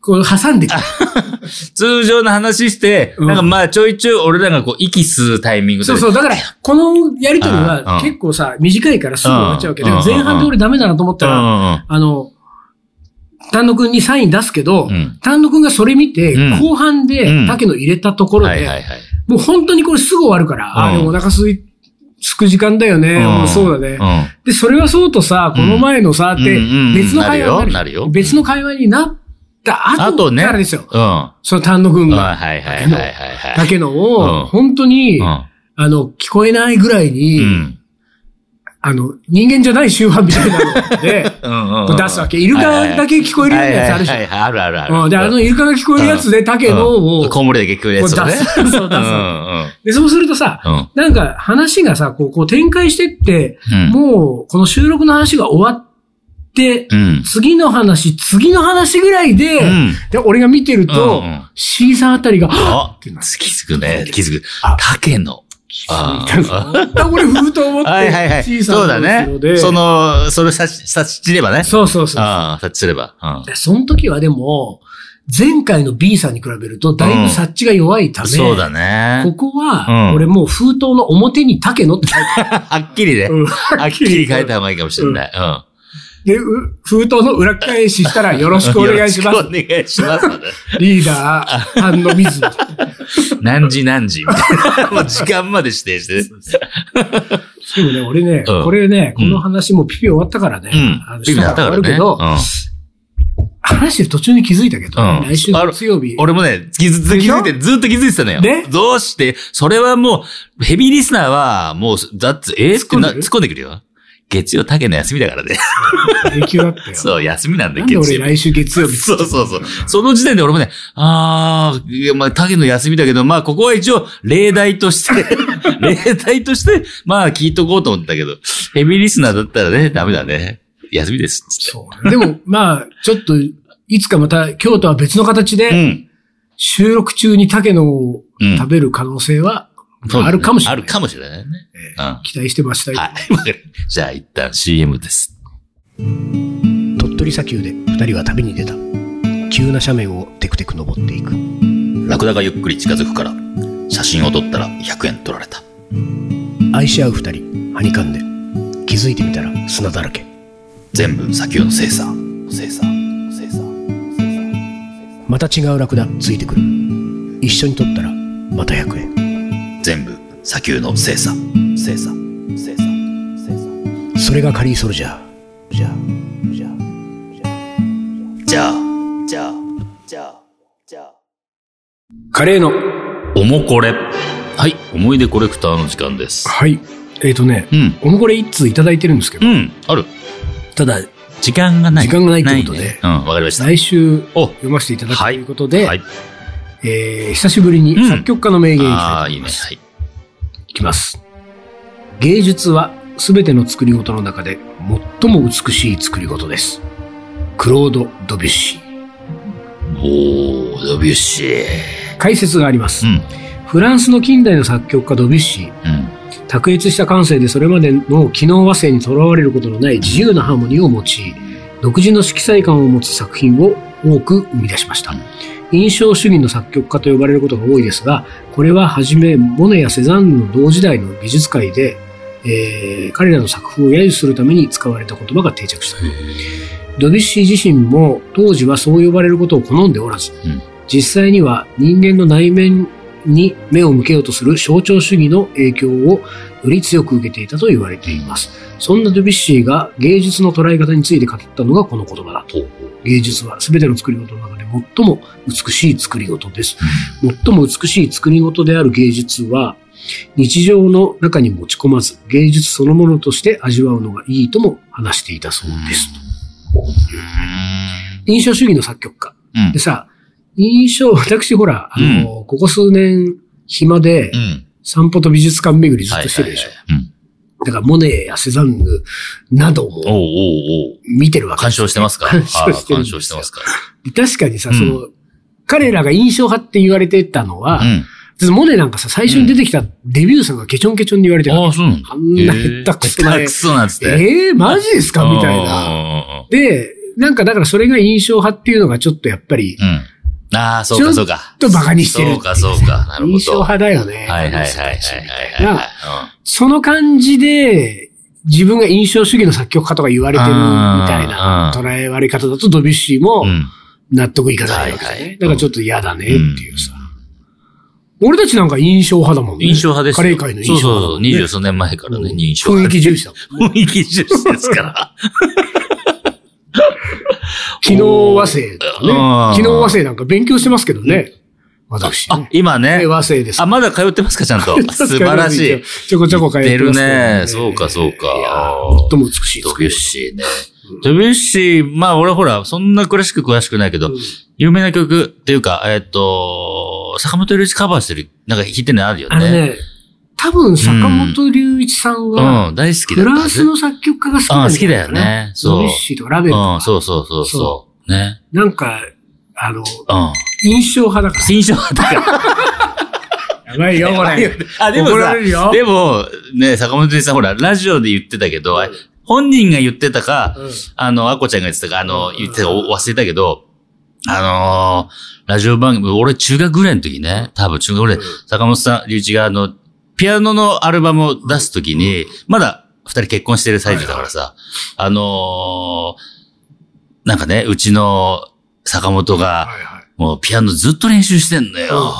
Speaker 1: こう挟んでくる。
Speaker 2: 通常の話して、
Speaker 1: うん
Speaker 2: なんかまあちょいちょい俺らがこう息吸うタイミングで。
Speaker 1: そうそう。だから、このやりとり
Speaker 2: あ
Speaker 1: は
Speaker 2: うん
Speaker 1: 結構さ、短いからすぐ終わっちゃうわけど、
Speaker 2: うん
Speaker 1: 前半で俺ダメだなと思った
Speaker 2: うん
Speaker 1: ら、
Speaker 2: うん
Speaker 1: あの、丹野くんにサイン出すけど
Speaker 2: うん、
Speaker 1: 丹野くんがそれ見て
Speaker 2: う、ん
Speaker 1: 後半
Speaker 2: う
Speaker 1: で
Speaker 2: ん
Speaker 1: 竹野入れたとこ
Speaker 2: うん。
Speaker 1: ろ
Speaker 2: はいは
Speaker 1: で
Speaker 2: い、はい。
Speaker 1: もう本当にこれすぐ終わるから、ああ、でもお腹すい、すく時間だよね。
Speaker 2: ん
Speaker 1: もうそうだね。
Speaker 2: うん。
Speaker 1: で、それはそうとさ、この前のさ、って
Speaker 2: うん、
Speaker 1: 別の会話になる,、
Speaker 2: なるよなるよ
Speaker 1: 別の会話になだあ
Speaker 2: あと
Speaker 1: と
Speaker 2: ね
Speaker 1: ね。からですよ。
Speaker 2: うん。は
Speaker 1: その丹野軍
Speaker 2: い
Speaker 1: が。
Speaker 2: はいはいはいはい。
Speaker 1: だけど
Speaker 2: うん
Speaker 1: を、本当に、
Speaker 2: うん
Speaker 1: あの、聞こえないぐらいに、
Speaker 2: うん。
Speaker 1: あの、人間じゃない周波みたいなので、
Speaker 2: うん
Speaker 1: こう出すわけ。イルカだけ聞こえるようなやつあるじ
Speaker 2: は
Speaker 1: ゃ
Speaker 2: いはいはいはいあるあるあ
Speaker 1: ん。
Speaker 2: る。
Speaker 1: うんで、あの、イルカが聞こえるやつで、タケノを、
Speaker 2: うん
Speaker 1: こ
Speaker 2: こんもりだけ聞こえる
Speaker 1: う
Speaker 2: や
Speaker 1: 出
Speaker 2: つ
Speaker 1: す。
Speaker 2: とかね。
Speaker 1: そう出す
Speaker 2: うんうん
Speaker 1: で、そうするとさ、
Speaker 2: うん
Speaker 1: なんか話がさ、こう、こう展開してって、
Speaker 2: うん
Speaker 1: もう、この収録の話が終わって、
Speaker 2: うん。
Speaker 1: 次の話、次の話ぐらいで、
Speaker 2: うん
Speaker 1: で、俺が見てると、
Speaker 2: うんうん
Speaker 1: シーさんあたりが、
Speaker 2: あ、気
Speaker 1: てな
Speaker 2: づくね。気づく
Speaker 1: あ。
Speaker 2: 竹の。あ ー
Speaker 1: 俺、ふと思って、
Speaker 2: はいはいは
Speaker 1: C
Speaker 2: い。
Speaker 1: さん
Speaker 2: そうだ
Speaker 1: の後ろ
Speaker 2: ね。
Speaker 1: で
Speaker 2: そ、の、それ察し察知ればね。
Speaker 1: そうそうそう。
Speaker 2: ああ、察知すれば。うん
Speaker 1: でその時はでも、前回の B さんに比べると、だいぶ察知が弱いため、
Speaker 2: そうだね。
Speaker 1: ここ
Speaker 2: う
Speaker 1: は、
Speaker 2: ん
Speaker 1: 俺もう封筒の表に竹野って書いてあ
Speaker 2: はっきりね
Speaker 1: る。。うん
Speaker 2: はっきり書いた方がいいかもしれない。うん。
Speaker 1: で、う封筒の裏返ししたらよろしくお願いしま
Speaker 2: よろ
Speaker 1: す。
Speaker 2: くお願いします。
Speaker 1: リーダー、反応水野。
Speaker 2: 何時何時みたいな。もう時間まで指定してね。
Speaker 1: でもね、俺ね、
Speaker 2: うん
Speaker 1: これね、この話もピピ終わったからね、
Speaker 2: うん
Speaker 1: あの。
Speaker 2: ピピだったか
Speaker 1: 終わ
Speaker 2: ら
Speaker 1: るけ
Speaker 2: ね。
Speaker 1: ど、
Speaker 2: う
Speaker 1: 話して途中に気づいたけど、
Speaker 2: うん
Speaker 1: 来週の月曜日
Speaker 2: ん。、俺もね、ずっと気づいて、ずっと気づいてたのよ。
Speaker 1: で
Speaker 2: どうして、それはもう、ヘビーリスナーは、もう、だって、えーってな
Speaker 1: 突っ込んでる
Speaker 2: 突っ込んでくるよ。月曜、竹の休みだからね。
Speaker 1: 永久だったよ。
Speaker 2: そう、休みなんだ、
Speaker 1: なんで俺
Speaker 2: 月曜。
Speaker 1: 来週月曜日。
Speaker 2: そうそうそう。その時点で俺もね、あー、いやまあ、竹の休みだけど、まあ、ここは一応、例題として、 例題として、まあ、聞いとこうと思ったけど、ヘビーリスナーだったらね、ダメだね。休みです。つっ
Speaker 1: そう。でも、まあ、ちょっと、いつかまた、今日とは別の形
Speaker 2: てう
Speaker 1: で、
Speaker 2: ん。
Speaker 1: 収録中に竹野を
Speaker 2: うん
Speaker 1: 食べる可能性は、
Speaker 2: そうだね
Speaker 1: あるかもしれない
Speaker 2: あるかもしれないね。うん。は
Speaker 1: 期待してました
Speaker 2: い
Speaker 1: よ。
Speaker 2: わかる。じゃあ、一旦 CM です。
Speaker 1: 鳥取砂丘で二人は旅に出た。急な斜面をテクテク登っていく。
Speaker 2: ラクダがゆっくり近づくから、写真を撮ったら100円取られた。
Speaker 1: 愛し合う二人、はにかんで。気づいてみたら砂だらけ。
Speaker 2: 全部砂丘の精査。精査。精査。
Speaker 1: また違うラクダついてくる。一緒に撮ったら、また100円。
Speaker 2: 全部砂丘の精査。精査。精査。精査。
Speaker 1: それがカリーソルジャー。じゃあ、じゃあ。
Speaker 2: じゃあ、じゃあ、じゃあ、じゃあ。
Speaker 1: カレーの。
Speaker 2: おもこれ。はい、思い出コレクターの時間です。
Speaker 1: はい。えっ、とね、
Speaker 2: うん。
Speaker 1: おもこれ一通いただいてるんですけど、
Speaker 2: うん、ある。
Speaker 1: ただ、
Speaker 2: 時間がない。
Speaker 1: 時間がないってことで
Speaker 2: ねうん、わかりました。
Speaker 1: 来週
Speaker 2: お、
Speaker 1: 読ませていただくということで、
Speaker 2: はい。
Speaker 1: えー久しぶりに
Speaker 2: うん
Speaker 1: 作曲家の名言いき
Speaker 2: あ
Speaker 1: た
Speaker 2: あ、
Speaker 1: いと
Speaker 2: いい
Speaker 1: 思い
Speaker 2: ね。
Speaker 1: ます。
Speaker 2: はい。
Speaker 1: いきます。芸術は全ての作り事の中で最も美しい作り事です。クロード・ドビュッシー。
Speaker 2: おー、ドビュッシー。
Speaker 1: 解説があります
Speaker 2: う。ん、
Speaker 1: フランスの近代の作曲家ドビュッシー。
Speaker 2: うん、
Speaker 1: 卓越した感性でそれまでの機能和声にとらわれることのない自由なハーモニーを用い、独自の色彩感を持つ作品を多く生み出しました
Speaker 2: うん。
Speaker 1: 印象主義の作曲家と呼ばれることが多いですが、これははじめ、モネやセザンヌの同時代の美術界で、えー彼らの作風を揶揄するために使われた言葉が定着した。ドビュッシー自身も当時はそう呼ばれることを好んでおらず、
Speaker 2: うん
Speaker 1: 実際には人間の内面に目を向けようとする象徴主義の影響をより強く受けていたと言われています。そんなドビュッシーが芸術の捉え方について語ったのがこの言葉だと。芸術は全ての作り事の中で最も美しい作り事です。最も美しい作り事である芸術は、日常の中に持ち込まず、芸術そのものとして味わうのがいいとも話していたそうです。印象主義の作曲家。
Speaker 2: うん
Speaker 1: で、さ、印象、私ほら、あの、ここ数年、暇で
Speaker 2: う、ん。
Speaker 1: 散歩と美術館巡りずっとしてるでしょ。
Speaker 2: はいはいはい
Speaker 1: だから、モネやセザンヌなど
Speaker 2: うん。お
Speaker 1: も
Speaker 2: うおうおう。
Speaker 1: 見てるわけ。
Speaker 2: 干渉してますか
Speaker 1: 干渉してる
Speaker 2: あー
Speaker 1: んで
Speaker 2: 干
Speaker 1: すよ
Speaker 2: 渉してます か
Speaker 1: 確かにさ、
Speaker 2: うん
Speaker 1: その、彼らが印象派って言われてたのは、
Speaker 2: うん。
Speaker 1: モネなんかさ、最初に出てきたデビュー作がケチョンケチョンに言われてる。
Speaker 2: ああ、そうなんだ。
Speaker 1: あんな下手くそな
Speaker 2: えー下手くそなんつって。
Speaker 1: ええー、マジですかみたいな。
Speaker 2: な。
Speaker 1: で、なんかだからそれが印象派っていうのがちょっとやっぱり、
Speaker 2: うん。ああ、そうか、そうか。
Speaker 1: ちょっと馬鹿にしてる
Speaker 2: そうか、そうか。なるほど。
Speaker 1: 印象派だよね。
Speaker 2: はいはいはいはいはいはいは
Speaker 1: その感じで、自分が印象主義の作曲家とか言われてるみたいな
Speaker 2: うん
Speaker 1: 捉えられ方だとドビュッシー
Speaker 2: い。
Speaker 1: も
Speaker 2: うん。
Speaker 1: 納得いかないわけ
Speaker 2: はい
Speaker 1: だ
Speaker 2: はい
Speaker 1: ね。だからちょっと嫌だねっていうさ。俺たちなんか印象派だもんね。
Speaker 2: 印象派ですよ。
Speaker 1: カレー界の印象
Speaker 2: そう
Speaker 1: 派
Speaker 2: そう
Speaker 1: だもん
Speaker 2: そう。
Speaker 1: ね。
Speaker 2: 二十数年前からね、
Speaker 1: うん
Speaker 2: 印象
Speaker 1: 雰 囲
Speaker 2: 派。
Speaker 1: 気重視だもんね。
Speaker 2: 雰囲気重視ですから。
Speaker 1: 機能和声とかね
Speaker 2: うん。
Speaker 1: 機能和声なんか勉強してますけどね。私、
Speaker 2: あ
Speaker 1: ね。、
Speaker 2: 今ね
Speaker 1: え。和声です
Speaker 2: あ、。まだ通ってますか、ちゃん と。素晴らしい。。
Speaker 1: ちょこちょこ通ってますけど
Speaker 2: 行ってるねそうかそうか
Speaker 1: いやー最も美しい
Speaker 2: ド
Speaker 1: 作
Speaker 2: ビュ
Speaker 1: り
Speaker 2: ッシーね。ドビュッシー、まあ俺ほら、そんな詳しく詳しくないけど、
Speaker 1: うん
Speaker 2: 有名な曲っていうか、えっ、と、坂本龍一カバーしてる、なんか弾いてるのあるよ
Speaker 1: あの
Speaker 2: ね。
Speaker 1: ね、多分坂本龍一さんは、
Speaker 2: うん、大好きだ
Speaker 1: フ
Speaker 2: った。
Speaker 1: ランスの作曲家が好き
Speaker 2: あ
Speaker 1: なん
Speaker 2: 好
Speaker 1: じ
Speaker 2: き
Speaker 1: ゃ
Speaker 2: だ
Speaker 1: ない
Speaker 2: よ
Speaker 1: かな
Speaker 2: ね。
Speaker 1: ド
Speaker 2: そう。
Speaker 1: ビ
Speaker 2: う
Speaker 1: ュッシーとかラベルと
Speaker 2: ん、
Speaker 1: か、
Speaker 2: そうそうそうそう。ね。
Speaker 1: なんか、あの、
Speaker 2: うん。
Speaker 1: 印象派だか
Speaker 2: 印象派だ から。
Speaker 1: ら。やばいよ、これ。
Speaker 2: あ、でも
Speaker 1: 怒ら
Speaker 2: さ
Speaker 1: れるよ、
Speaker 2: でも、ね、坂本龍一さんほら、ラジオで言ってたけど、あ本人が言ってたか、
Speaker 1: うん
Speaker 2: あの、アッコちゃんが言ってたか、あの、
Speaker 1: うん
Speaker 2: 言ってたかお忘れたけど、あのーラジオ番組、俺中学ぐらいの時ね、多分中学ぐらい、
Speaker 1: うん
Speaker 2: 坂本さん、隆一があの、ピアノのアルバムを出す時に、まだ二人結婚してる最中だからさ、あのーなんかね、うちの坂本が、
Speaker 1: はいはい
Speaker 2: もうピアノずっと練習してんのよ。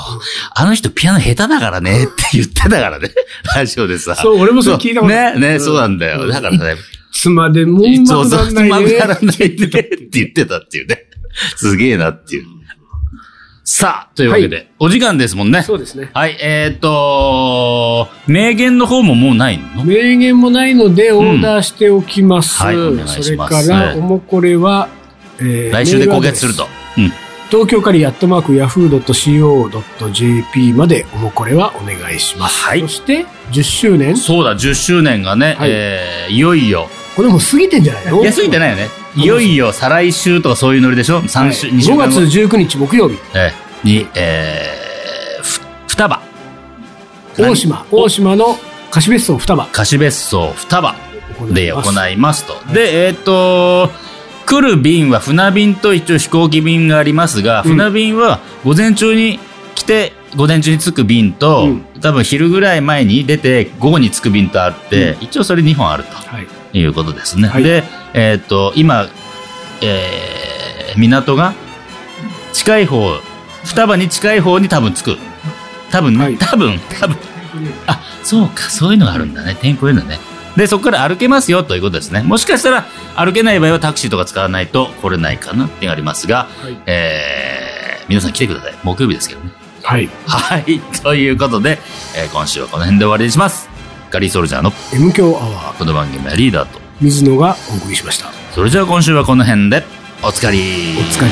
Speaker 2: あの人ピアノ下手だからねって言ってたからね。ラジオでさ。
Speaker 1: そう、俺もそれ聞いたこと
Speaker 2: ね、ね、
Speaker 1: ん
Speaker 2: そうなんだよ。だからね、
Speaker 1: 妻でもう
Speaker 2: いつも
Speaker 1: まく
Speaker 2: そう
Speaker 1: な
Speaker 2: つ
Speaker 1: ん
Speaker 2: ま
Speaker 1: ない
Speaker 2: んな
Speaker 1: ね。
Speaker 2: らないねって言ってたっていうね。すげえなっていう。さあ、というわけで、お時間ですもんね。
Speaker 1: そうですね。
Speaker 2: はい、えーっと、名言の方ももうないの
Speaker 1: 名言もないので、オーダーしておきます。
Speaker 2: はいお願いします
Speaker 1: それから、おもこれは、えー
Speaker 2: 来週で公決する。
Speaker 1: メールアドレ
Speaker 2: と。うん。
Speaker 1: ス東京カリーアットマークヤフー .co.jp までおもこれはお願いします。
Speaker 2: はい
Speaker 1: そして、10周年
Speaker 2: そうだ、10周年がね、
Speaker 1: はい
Speaker 2: えーいよいよ。
Speaker 1: これもう過ぎてんじゃないの
Speaker 2: いや、過ぎてないよね。いよいよ、再来週とかそういうノリでしょ ?3 週、2週
Speaker 1: 5
Speaker 2: 間
Speaker 1: 月
Speaker 2: 後。
Speaker 1: 19日木曜日、
Speaker 2: えーに、えー、ふ、双葉。
Speaker 1: 大島、大島の貸別荘双葉
Speaker 2: 貸し別荘双葉。
Speaker 1: 行
Speaker 2: で
Speaker 1: います
Speaker 2: 行いますと。で、えっ、と、来る便は船便と一応飛行機便がありますが、
Speaker 1: うん
Speaker 2: 船便は午前中に来て、午前中に着く便と、
Speaker 1: うん
Speaker 2: 多分昼ぐらい前に出て、午後に着く便とあって、一応それ2本ある
Speaker 1: はい。
Speaker 2: ということですね。
Speaker 1: はい
Speaker 2: で、えっ、と、今、えー港が近い方、双葉に近い方に多分着く。多分ね、
Speaker 1: はい
Speaker 2: 多分、多分、あそうかそういうのがあるんだね天候いうのねでそこから歩けますよということですねもしかしたら歩けない場合はタクシーとか使わないと来れないかなっていうのがありますが、
Speaker 1: はい。
Speaker 2: えー皆さん来てください木曜日ですけどね
Speaker 1: はい。
Speaker 2: はいということで、えー今週はこの辺で終わりにしますガリーソルジャーの
Speaker 1: M 強アワー、
Speaker 2: この番組はリーダーと
Speaker 1: 水野がお送りしました。
Speaker 2: それじゃあ今週はこの辺でおつかり
Speaker 1: お疲れ。